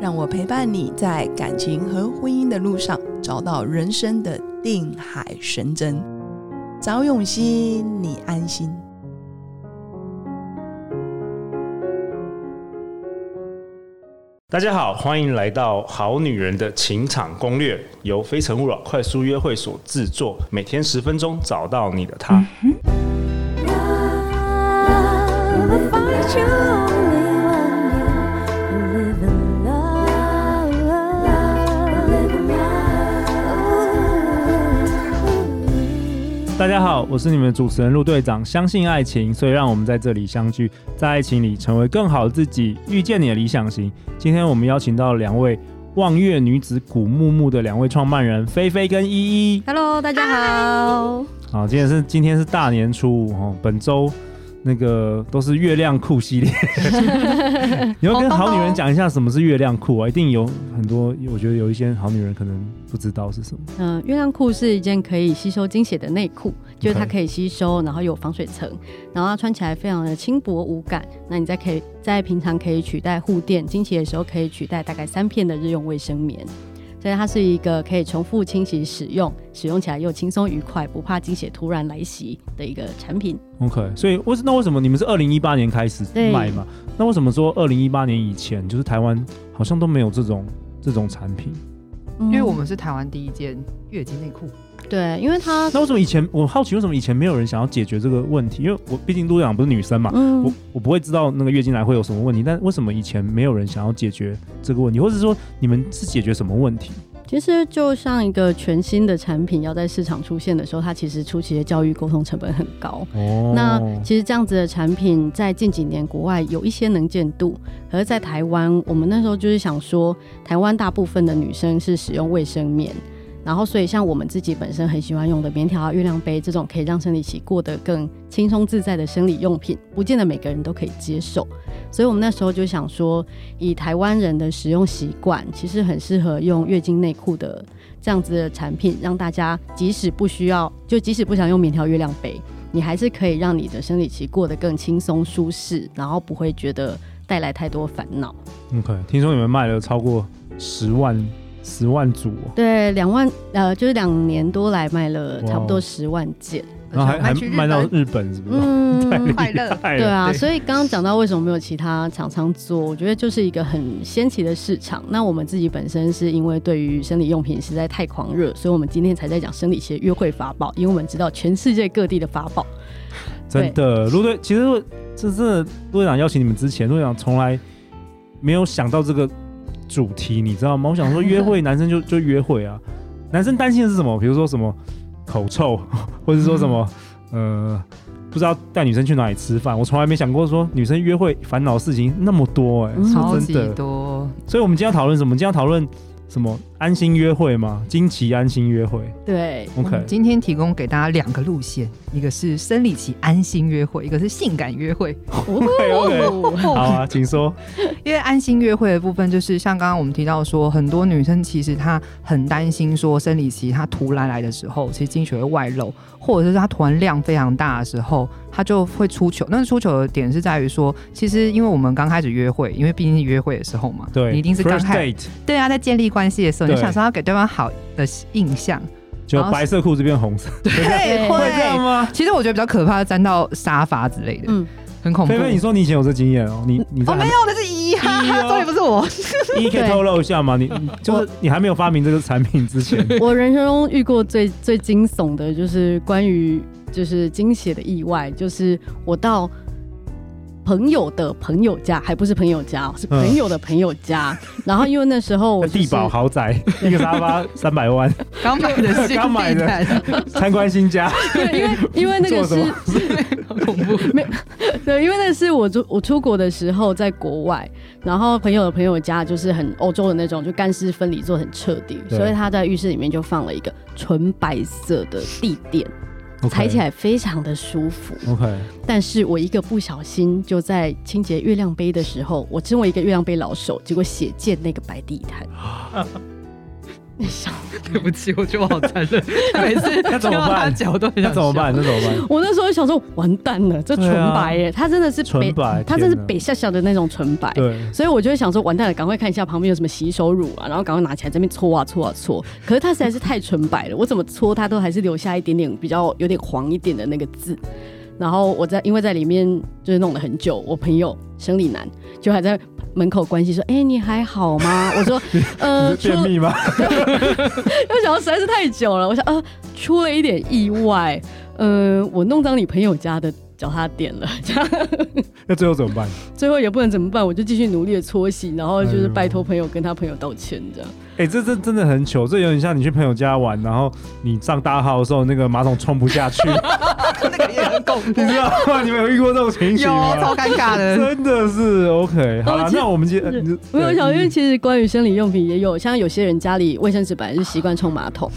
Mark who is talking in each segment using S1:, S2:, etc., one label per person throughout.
S1: 让我陪伴你在感情和婚姻的路上，找到人生的定海神针。找永熙，你安心。
S2: 大家好，欢迎来到《好女人的情场攻略》，由非诚勿扰快速约会所制作，每天十分钟，找到你的他。
S3: 嗯
S4: Love, I find you only one you live in love, live in love.
S3: 大家好，我是你们的主持人陆队长。相信爱情，所以让我们在这里相聚，在爱情里成为更好的自己，遇见你的理想型。今天我们邀请到两位望月女子古木木的两位创办人菲菲跟依依。
S5: Hello，大家好。
S3: 好，今天是今天是大年初五哦，本周那个都是月亮裤系列。 你要跟好女人讲一下什么是月亮裤啊？一定有很多，我觉得有一些好女人可能不知道是什么。
S5: 嗯、月亮裤是一件可以吸收精血的内裤，就是它
S3: OK
S5: 可以吸收，然后有防水层，然后它穿起来非常的轻薄无感。那你在可以在平常可以取代护垫，经期的时候可以取代大概三片的日用卫生棉。所以它是一个可以重复清洗使用，使用起来又轻松愉快，不怕经血突然来袭的一个产品。
S3: OK，所以为那为什么你们是二零一八年开始
S5: 对
S3: 卖嘛？那为什么说二零一八年以前就是台湾好像都没有这种这种产品？
S5: 因
S6: 因为我们是台湾第一间月经内裤，
S5: 嗯对，因为它
S3: 那为什么以前我好奇为什么以前没有人想要解决这个问题？因为我毕竟陆队长不是女生嘛，
S5: 嗯
S3: 我我不会知道那个月经来会有什么问题，但为什么以前没有人想要解决这个问题，或者说你们是解决什么问题？
S5: 其实就像一个全新的产品要在市场出现的时候，它其实初期的教育沟通成本很高。
S3: 哦
S5: 那其实这样子的产品在近几年国外有一些能见度，可是，在台湾，我们那时候就是想说，台湾大部分的女生是使用卫生棉，然后所以像我们自己本身很喜欢用的棉条啊、月亮杯这种可以让生理期过得更轻松自在的生理用品，不见得每个人都可以接受，所以我们那时候就想说，以台湾人的使用习惯，其实很适合用月经内裤的这样子的产品，让大家即使不需要，就即使不想用棉条月亮杯，你还是可以让你的生理期过得更轻松舒适，然后不会觉得带来太多烦恼。
S3: OK，听说你们卖了超过十万十万组、哦，
S5: 对，两万呃，就是两年多来卖了
S3: 哇哦
S5: 差不多十万件。
S3: 然后还还
S6: 而且我
S3: 卖
S6: 们
S3: 到
S6: 去日本
S3: 日本，是不是？
S5: 嗯，
S6: 快乐
S3: 太厉
S5: 对
S3: 害了
S5: 啊，
S6: 对
S5: 所以刚刚讲到为什么没有其他厂商做，我觉得就是一个很先奇的市场。那我们自己本身是因为对于生理用品实在太狂热，所以我们今天才在讲生理学约会法宝，因为我们知道全世界各地的法宝。
S3: 真的，陆队，其实我这真的陆队长邀请你们之前，陆队长从来没有想到这个主题，你知道吗？我想说约会，男生就 就约会啊，男生担心的是什么？比如说什么口臭， 或者说什么、
S6: 嗯
S3: 呃，不知道带女生去哪里吃饭。我从来没想过说女生约会烦恼的事情那么多哎、
S5: 嗯
S3: 说
S6: 超
S3: 真
S6: 级
S3: 的。
S6: 多。
S3: 所以我们今天要讨论什么？今天要讨论什么？安心约会吗？惊奇安心约会
S5: 对，
S6: 我
S3: ？OK，
S6: 们今天提供给大家两个路线，一个是生理期安心约会，一个是性感约会。 哦
S3: OK，OK 好啊，请说。
S6: 因为安心约会的部分，就是像刚刚我们提到说，很多女生其实她很担心说生理期她突然来的时候，其实经血会外漏，或者是她突然量非常大的时候，她就会出糗。那出糗的点是在于说，其实因为我们刚开始约会，因为毕竟是约会的时候嘛，
S3: 对，
S6: 你一定是刚
S3: First
S6: 开
S3: date
S6: 对啊，在建立关系的时
S3: 对
S6: 候，你就想说要给对方好的印象，
S3: 就白色裤子变红色，
S6: 对，
S5: 会
S3: 这样吗？
S6: 其实我觉得比较可怕，沾到沙发之类的，
S5: 嗯
S6: 很恐怖。
S3: 菲菲，你说你以前有这经验哦？你你
S6: 我
S3: 在
S6: 没有，那是一哈，
S3: 一哦
S6: 终于不是我。
S3: 你可以透露一下吗？你你就是你还没有发明这个产品之前，
S5: 我人生中遇过最最惊悚的就是关于就是惊血的意外，就是我到朋友的朋友家，还不是朋友家哦，是朋友的朋友家。然后因为那时候我、
S3: 在地堡豪宅，一个沙发三百万，
S6: 刚买的新地
S3: 刚买的
S6: 毯，
S3: 参观新家，
S5: 因为因为因为那
S3: 做
S5: 个
S3: 什么
S5: 是
S6: 好恐怖。
S5: 对，因为那是我出我出国的时候在国外，然后朋友的朋友家就是很欧洲的那种，就干湿分离做得很彻底，
S3: 对
S5: 所以他在浴室里面就放了一个纯白色的地垫，踩起来非常的舒服。
S3: OK，
S5: 但是我一个不小心就在清洁月亮杯的时候，我身为一个月亮杯老手，结果血溅那个白地 毯。你想，
S6: 对不起，我觉得我好残忍，每次
S3: 那怎么
S6: 听到他
S3: 办
S6: 脚都很
S3: 那
S6: 想
S3: 怎么
S6: 笑
S3: 办？？那怎么办？
S5: 我那时候就想说，完蛋了，这
S3: 对
S5: 纯
S3: 啊
S5: 白耶，它真的是北
S3: 纯，白，
S5: 它真是
S3: 天哪
S5: 北下下的那种纯白。
S3: 对，
S5: 所以我就会想说，完蛋了，赶快看一下旁边有什么洗手乳啊，然后赶快拿起来这边搓啊搓啊搓。可是它实在是太纯白了，我怎么搓它都还是留下一点点比较有点黄一点的那个字。然后我在因为在里面就是弄了很久，我朋友生理男就还在门口关心说：“哎、你还好吗？” 我说：“呃，
S3: 你是
S5: 出，因
S3: 便秘吗？
S5: 为想到实在是太久了，我想呃出了一点意外，呃，我弄脏你朋友家的脚踏垫了。”这样。
S3: 那最后怎么办？
S5: 最后也不能怎么办，我就继续努力的搓洗，然后就是
S3: 哎呦
S5: 拜托朋友跟他朋友道歉这样。
S3: 哎、这这真的很糗，这有点像你去朋友家玩，然后你上大号的时候，那个马桶冲不下去，
S6: 那个也很 恐怖
S3: 你，知道吗？你们有遇过这种情形
S6: 有
S3: 吗？
S6: 超尴 尬的。
S3: 真的是 OK，好
S5: 哦
S3: 了，
S5: 其实
S3: 那我们今
S5: 是
S3: 天你
S5: 没有
S3: 哎对
S5: 想，因为其实关于生理用品也有，像有些人家里卫生纸本来是习惯冲马桶，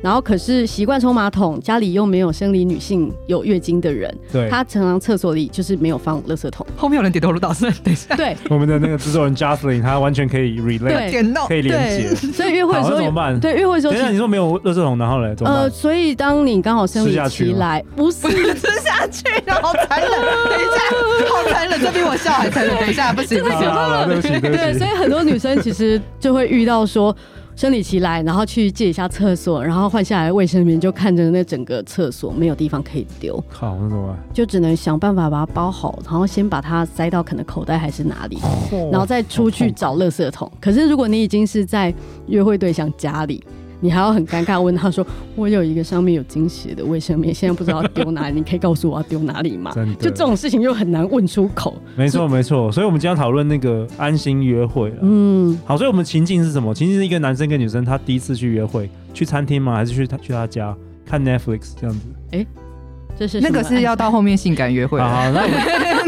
S5: 然后可是习惯冲马桶，家里又没有生理女性有月经的人，
S3: 对，
S5: 他常常厕所里就是没有放垃圾桶。
S6: 后面有人点头如捣蒜，等一下
S5: 对
S3: 我们的那个制作人 Jocelyn，他完全可以 relate，
S5: 对
S6: 点到
S3: 可以连
S5: 对
S3: 接。，
S5: 所以约会的时
S3: 好那
S5: 候
S3: 怎么
S5: 有
S3: 办
S5: 对约会的时候
S3: 等一
S5: 其
S3: 下，你
S5: 实。
S3: 说没有热圾桶，然后嘞，怎么
S5: 呃，
S3: 办？
S5: 所以当你刚好生
S3: 吃
S5: 理
S3: 下去
S5: 期
S3: 吗
S5: 来，不是
S6: 吃下去了，好残忍！ 等一下，好残忍，这比我笑还残忍。等一下，不行，不
S3: 好
S6: 行
S3: 了， 好啊了，对不起，对
S5: 对，
S3: 不
S5: 所
S3: 起
S5: 以。很多女生其实就会遇到说。生理期来，然后去借一下厕所，然后换下来卫生棉，就看着那整个厕所没有地方可以丢，
S3: 靠，那怎么办？
S5: 就只能想办法把它包好，然后先把它塞到可能口袋还是哪
S3: 哦
S5: 里， 然后再出去找垃圾桶。可是如果你已经是在约会对象家里，你还要很尴尬问他说：“我有一个上面有精血的卫生棉，现在不知道要丢哪里，你可以告诉我要丢哪里吗
S3: 真的？”
S5: 就这种事情又很难问出口。
S3: 没错没错，所以我们今天要讨论那个安心约会了。
S5: 嗯，
S3: 好，所以我们情境是什么？情境是一个男生跟女生，他第一次去约会，去餐厅吗？还是去他去他家看 Netflix 这样子？
S5: 这是
S6: 那个
S5: 什么
S6: 是要到后面性感约会
S3: 好。 好，那我们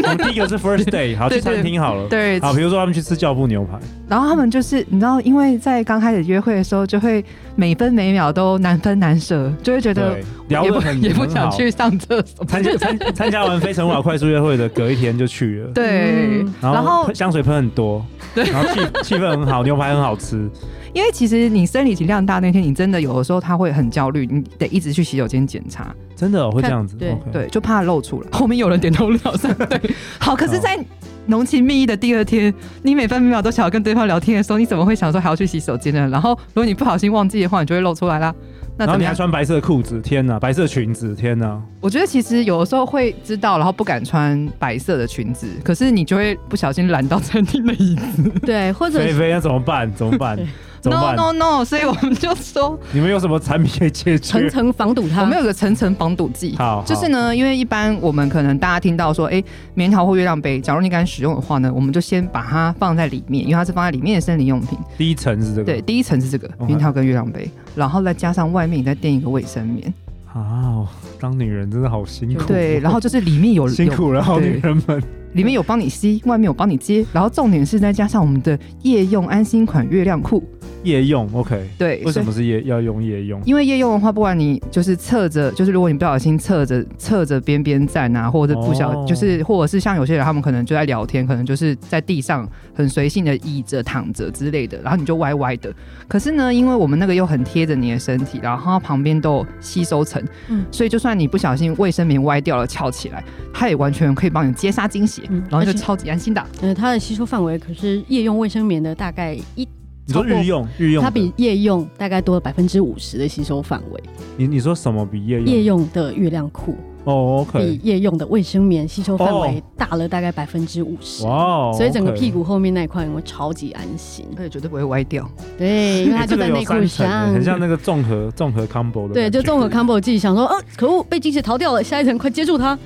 S3: 我们第一个是 first day，好，去
S6: 对对
S3: 餐厅好了。
S6: 对，
S3: 好，比如说他们去吃教父牛排，
S6: 然后他们就是你知道，因为在刚开始约会的时候，就会每分每秒都难分难舍，就会觉得
S3: 对，聊
S6: 也
S3: 得
S6: 不
S3: 很
S6: 也不
S3: 很
S6: 想
S3: 好
S6: 去上厕所。
S3: 参加参参加完《非诚勿扰》快速约会的隔一天就去了，
S6: 对，
S5: 嗯
S3: 然
S6: 然
S3: 后
S6: 后
S3: 喷香水喷很多，
S6: 对
S3: 然后气气氛很好，牛排很好吃，
S6: 因为其实你生理体量大那天，你真的有的时候他会很焦虑，你得一直去洗手间检查，
S3: 真的哦会这样子。
S5: 对
S3: OK，
S6: 对，就怕露出来。后面有人点头如捣蒜，对， 好，可是，在浓情蜜意的第二天，你每分每秒都想要跟对方聊天的时候，你怎么会想说还要去洗手间呢？然后，如果你不小心忘记的话，你就会露出来啦。那
S3: 然
S6: 怎
S3: 后
S6: 么
S3: 你还
S6: 样？
S3: 穿白色裤子，天哪！白色裙子，天哪！
S6: 我觉得其实有的时候会知道，然后不敢穿白色的裙子，可是你就会不小心拦到餐厅的 椅子。
S5: 对，或者
S3: 菲菲，那怎么办？怎么 办？怎么
S6: No
S3: 办？
S6: no no！所以我们就说，
S3: 你们有什么产品可以解
S5: 层
S3: 决？
S5: 层防堵它。
S6: 我们有个层层防堵剂。
S3: 好，
S6: 就是
S3: 好
S6: 呢，因为一般我们可能大家听到说，哎、棉条或月亮杯，假如你敢使用的话呢，我们就先把它放在里面，因为它是放在里面的生理用品。
S3: 第一层是这个，
S6: 对，第一层是这个
S3: OK
S6: 棉条跟月亮杯，然后再加上外面你再垫一个卫生棉。
S3: 啊，当女人真的好辛苦，
S6: 对，然后就是里 面有
S3: 哦辛
S6: 有
S3: 苦了好
S6: 对
S3: 女人们，
S6: 里面有帮你吸，外面有帮你接，然后重点是再加上我们的夜用安心款月亮裤。
S3: 夜用 OK，
S6: 对，
S3: 为
S6: 所
S3: 什
S6: 以
S3: 么是夜要用夜用？
S6: 因为夜用的话，不管你就是侧着，就是如果你不小心侧着侧着边边站啊，或者不小，
S3: 哦
S6: 就是或者是像有些人他们可能就在聊天，可能就是在地上很随性的倚着、躺着之类的，然后你就歪歪的。可是呢，因为我们那个又很贴着你的身体，然后它旁边都有吸收层，
S5: 嗯
S6: 所以就算你不小心卫生棉歪掉了翘起来，它也完全可以帮你接杀精血，
S5: 嗯
S6: 然后就
S5: 而且
S6: 超级安心的。
S5: 呃，它的吸收范围可是夜用卫生棉的大概一，
S3: 你说
S5: 超过
S3: 日用日用的，
S5: 它比夜用大概多了百分之五十的吸收范围。
S3: 你你说什么比夜用？
S5: 夜用的月亮裤，
S3: 哦
S5: 比
S3: ，OK，
S5: 夜用的卫生棉吸收范围大了大概百分之五十。
S3: 哇哦，
S5: 所以整个
S3: OK
S5: 屁股后面那一块我超级安心，
S6: 而且绝对不会歪掉。
S5: 对，因为它
S3: 欸这
S5: 就
S3: 个
S5: 在
S3: 有
S5: 内裤
S3: 三层欸
S5: 上，
S3: 很像那个综合综合 combo 的感觉。
S5: 对，就综合 combo 技，想说，呃，可恶，被金石逃掉了，下一层快接 住它，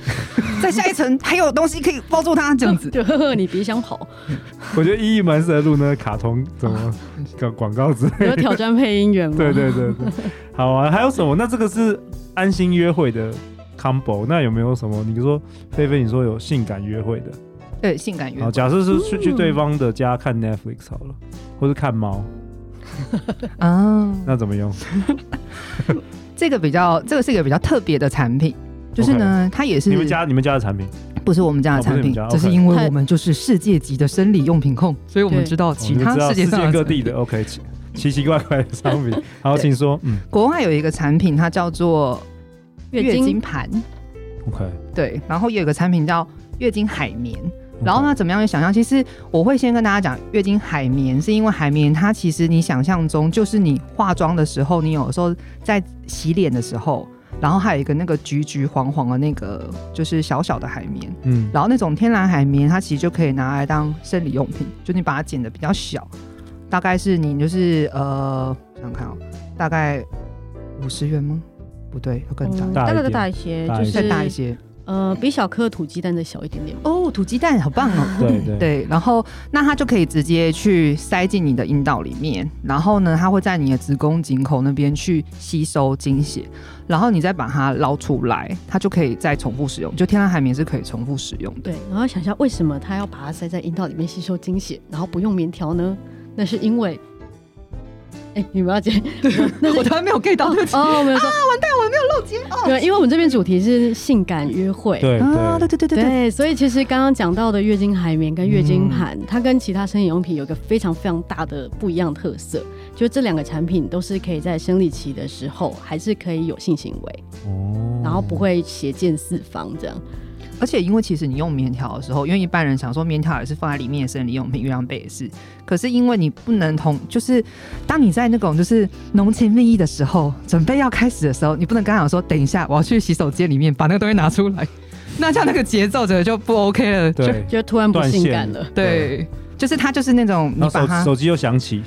S6: 在下一层还有东西可以包住它，这样子。
S5: 就呵呵，你别想跑，
S3: 我觉得意义蛮适合录那个卡通怎么
S5: 啊
S3: 广广告之类。
S5: 有挑战配音员吗？
S3: 对对对对，好啊，还有什么？那这个是安心约会的 combo，那有没有什么？你说菲菲，你说有性感约会的，
S6: 对，性感约
S3: 好，
S6: 会
S3: 假设是去
S5: 嗯
S3: 去对方的家看 Netflix 好了，或是看猫，
S6: 啊，
S3: 那怎么用？
S6: 这个比较，这个是一个比较特别的产品，就是呢，它也是
S3: 你们家你们家的产品，
S6: 不是我们家的
S3: 哦不是
S6: 产
S3: 你们
S6: 品
S3: 家，
S6: 只
S3: OK
S6: 是因为
S5: 它
S6: 我们就是世界级的生理用品控，所以我们
S5: 对
S6: 知道
S3: 我
S6: 其
S3: 们
S6: 他
S3: 知道
S6: 世界
S3: 世
S6: 上
S3: 界
S6: 的
S3: 各
S6: 产
S3: 地的
S6: 品
S3: OK 奇奇奇怪怪的商 品。好，
S6: 对
S3: 请说，嗯
S6: 国外有一个产品，它叫做
S5: 月经
S6: 盘，
S3: ，OK，
S6: 对，然后也有个产品叫月经海绵。然后它怎么样去想象？其实我会先跟大家讲，月经海绵是因为海绵它其实你想象中就是你化妆的时候，你有时候在洗脸的时候，然后还有一个那个橘橘黄黄的那个就是小小的海绵，
S3: 嗯，
S6: 然后那种天然海绵它其实就可以拿来当生理用品，就你把它剪的比较小，大概是你就是呃，想想看哦，大概五十元吗？不对，要更大，
S5: 嗯
S3: 大一
S5: 大概再
S3: 点
S5: 大一些，
S3: 大
S5: 就
S3: 一
S5: 是
S3: 点
S6: 再大一些
S5: 呃，比小颗土鸡蛋再小一点点吧。
S6: 哦，土鸡蛋好棒哦。
S3: 对 对
S6: 对，然后那它就可以直接去塞进你的阴道里面，然后呢，它会在你的子宫颈口那边去吸收经血，然后你再把它捞出来，它就可以再重复使用。就天然海绵是可以重复使用的。
S5: 对，然后想一下，为什么他要把它塞在阴道里面吸收精血，然后不用棉条呢？那是因为，哎、你们要接
S6: 我突然没有 get 到，对不起。
S5: 哦，没有说啊，完蛋，我没有漏接哦。对，因为我们这边主题是性感约会，
S3: 对
S6: 啊，对
S3: 对
S6: 对对对对，
S5: 对，所以其实刚刚讲到的月经海绵跟月经盘，它跟其他生理用品有一个非常非常大的不一样特色，就这两个产品都是可以在生理期的时候还是可以有性行为，
S3: 哦
S5: 然后不会邪见四方这样。
S6: 而且因为其实你用棉条的时候，因为一般人想说棉条也是放在里面的生理用品，月亮杯也是，可是因为你不能同，就是当你在那种就是浓情蜜意的时候，准备要开始的时候，你不能刚讲说等一下我要去洗手间里面把那个东西拿出来， 那这样那个节奏整个就不 OK 了，就
S3: 对，
S5: 就突然不性感了。
S6: 对，就是它就是那种你
S3: 然后
S6: 把它
S3: 手 手机又响起，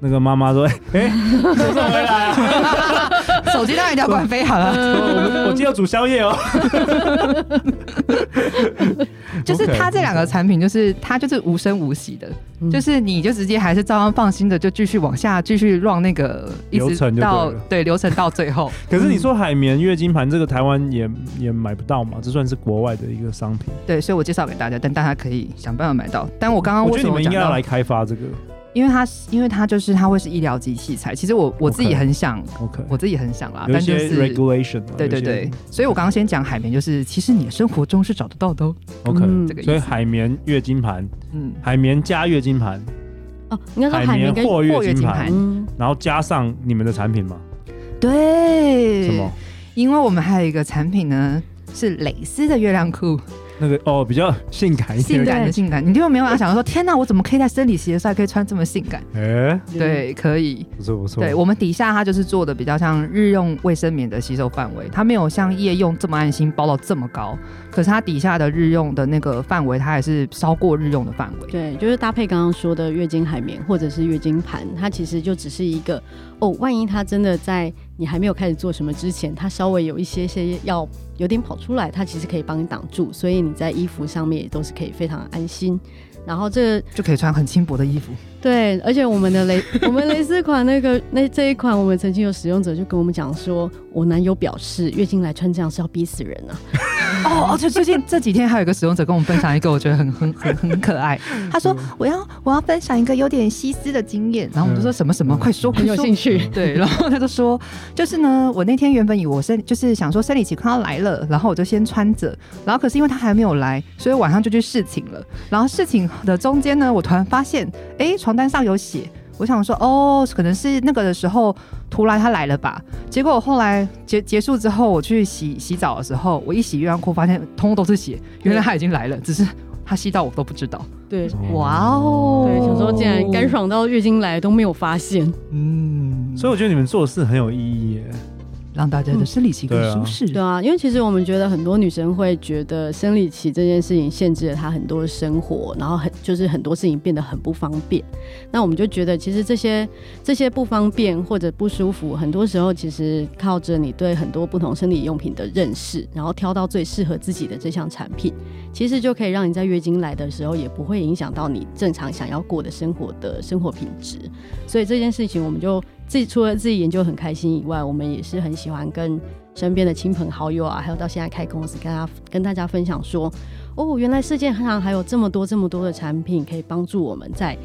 S3: 那个妈妈说：“哎、欸，收送回来啊！
S6: 手机当然一定要关飞好了。”
S3: 我我今天有煮宵夜哦。
S6: 就是它这两个产品，就是它就是无声无息的，
S3: 嗯
S6: 就是你就直接还是照样放心的，就继续往下继续让那个一
S3: 流程
S6: 直
S3: 就
S6: 到
S3: 对了
S6: 对流程到 最后。
S3: 可是你说海绵月经盘这个台湾也也买不到嘛？这算是国外的一个商品。
S6: 对，所以我介绍给大家，但大家可以想办法买到。但啊我刚刚
S3: 我
S6: 为
S3: 觉
S6: 什
S3: 得你们
S6: 么
S3: 应
S6: 讲
S3: 该要
S6: 到
S3: 来开发这个。
S6: 因为它是因为它就是它会是医疗级器材。其实我我自己
S3: OK
S6: 很想
S3: OK，
S6: 我自己很想啦，
S3: 有一
S6: 但就
S3: 些
S6: 是
S3: regulation 啊。
S6: 对
S3: 有一些
S6: 对对，所以我刚刚先讲海绵，就是其实你的生活中是找得到的、哦。
S3: OK，、
S5: 嗯
S6: 这个意
S3: 所以
S6: 思。
S3: 海绵月经盘、
S6: 嗯，
S3: 海绵加月经盘、
S5: 哦，应该说海
S3: 绵
S5: 绵跟
S3: 或
S6: 或
S3: 月
S6: 月
S3: 经
S6: 经
S3: 盘
S6: 盘，
S5: 嗯，
S3: 然后加上你们的产品嘛？
S6: 对。
S3: 什么？？
S6: 因为我们还有一个产品呢。是蕾丝的月亮裤，
S3: 那个哦，比较性感一
S6: 性
S3: 点。
S6: 感的性感，你就没有办法想说，天哪，我怎么可以在生理期的时候还可以穿这么性感？
S3: 哎、
S6: 对，可以。
S3: 不错不错。
S6: 对我们底下它就是做的比较像日用卫生棉的吸收范围，它没有像夜用这么安心包到这么高，可是它底下的日用的那个范围，它还是超过日用的范围。
S5: 对，就是搭配刚刚说的月经海绵或者是月经盘，它其实就只是一个哦，万一它真的在你还没有开始做什么之前，它稍微有一些些要有点跑出来，它其实可以帮你挡住，所以你在衣服上面也都是可以非常安心。 然后这
S6: 就可以穿很轻薄的衣服，
S5: 对，而且我们的蕾我们蕾丝款那个那这一款，我们曾经有使用者就跟我们讲说，我男友表示月经来穿这样是要逼死人啊。
S6: 哦，而且最近这几天还有一个使用者跟我们分享一个，我觉得很 很很很可爱。他说我要我要分享一个有点西施的经验，然后我们就说什么什么，快说，快
S5: 很有
S6: 说
S5: 兴 趣。
S6: 对，然后他就说，就是呢，我那天原本以为我生就是想说生理期快要来了，然后我就先穿着，然后可是因为他还没有来，所以晚上就去试寝了。然后试寝的中间呢，我突然发现，哎，床单上有血。我想说，哦，可能是那个的时候突然他来了吧。结果我后来结结束之后，我去洗洗澡的时候，我一洗月亮裤，发现通通都是血，原来他已经来了，只是他吸到我都不知道。
S5: 对
S6: 哇哦，
S5: 对，想说竟然干，爽到月经来都没有发现。
S6: 嗯，
S3: 所以我觉得你们做的事很有意义耶。
S6: 让大家的生理期更舒适。
S5: 对啊，因为其实我们觉得很多女生会觉得生理期这件事情限制了她很多生活，然后很就是很多事情变得很不方便。那我们就觉得其实这些这些不方便或者不舒服，很多时候其实靠着你对很多不同生理用品的认识，然后挑到最适合自己的这项产品，其实就可以让你在月经来的时候也不会影响到你正常想要过的生活的生活品质。所以这件事情我们就自己除了自己研究很开心以外，我们也是很喜欢跟身边的亲朋好友啊，还有到现在开公司，跟大家跟大家分享说，哦，原来世界上还有这么多这么多的产品可以帮助我们在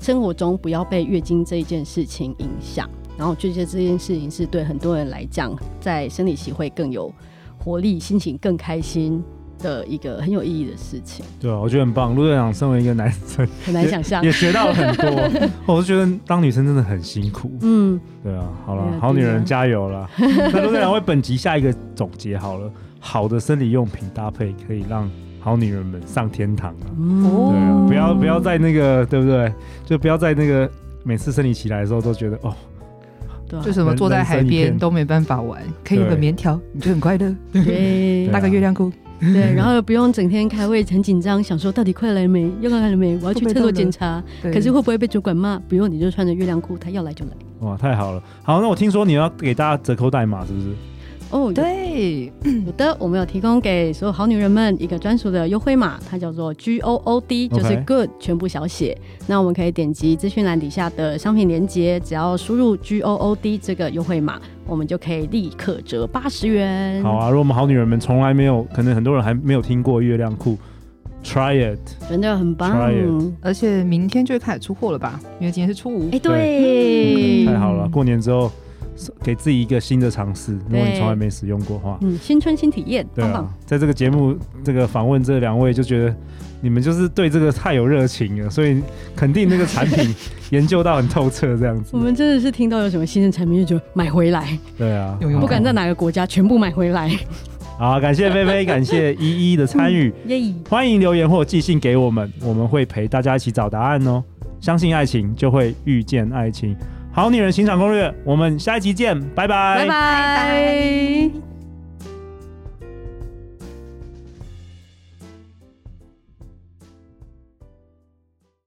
S5: 生活中不要被月经这一件事情影响。然后这些这件事情是对很多人来讲，在生理期会更有活力，心情更开心的一个很有意义的事情，
S3: 对啊，我觉得很棒。陆队长身为一个男生，
S5: 很难想象
S3: 也。学到了很 多。哦我是觉得当女生真的很辛苦。
S5: 嗯，
S3: 对啊，好
S5: 对啊
S3: 了，好女
S5: 对啊
S3: 人加油 啦！那陆队长为本集下一个总结好了，好的生理用品搭配可以让好女人们上天堂啊。对
S5: 哦
S3: 啊，
S5: 嗯
S3: 不要不要在那个，对不对？就不要在那个每次生理期来的时候都觉得哦，
S5: 对啊
S6: 就什么坐在海边都没办法玩，可以有个
S3: 对
S6: 棉条，你就很快乐。
S5: 对
S3: 对啊
S6: 搭个月亮裤，
S5: 对，然后不用整天开会很紧张，想说到底快来没，要来了没，我要去厕所检查。
S6: 对
S5: 可是会不会被主管骂？不用，你就穿着月亮裤，他要来就来。
S3: 哇，太好了。好，那我听说你要给大家折扣代码是不是？
S5: 哦，
S6: 对，
S5: 有的，我们有提供给所有好女人们一个专属的优惠码，它叫做 G O O D，就是
S3: OK
S5: Good 全部小写。那我们可以点击资讯栏底下的商品链接，只要输入 G O O D 这个优惠码，我们就可以立刻折八十元。
S3: 好，啊，如果我们好女人们从来没有，可能很多人还没有听过月亮裤，try it。
S5: 真的很棒。
S3: Try
S6: 而且明天就会开始出货了吧？因为今天是初五
S5: 哎，，对，
S3: 太好了，过年之后给自己一个新的尝试。如果你从来没使用过的话，
S5: 嗯，新春新体验，
S3: 对
S5: 棒
S3: 啊
S5: 棒。，
S3: 在这个节目这个访问这两位，就觉得你们就是对这个太有热情了，所以肯定那个产品研究到很透彻这样子
S5: 我。们真的是听到有什么新的产品就觉得买回来，
S3: 对啊，
S6: 有用
S5: 不管
S3: 好
S5: 在哪个国家，全部买回来。
S3: 好，感谢菲菲，感谢依依的参与，
S5: 耶！
S3: 欢迎留言或寄信给我们，我们会陪大家一起找答案哦。相信爱情，就会遇见
S5: 哎
S3: 爱情。好女人情场攻略，我们下一集见，拜拜
S5: 拜拜。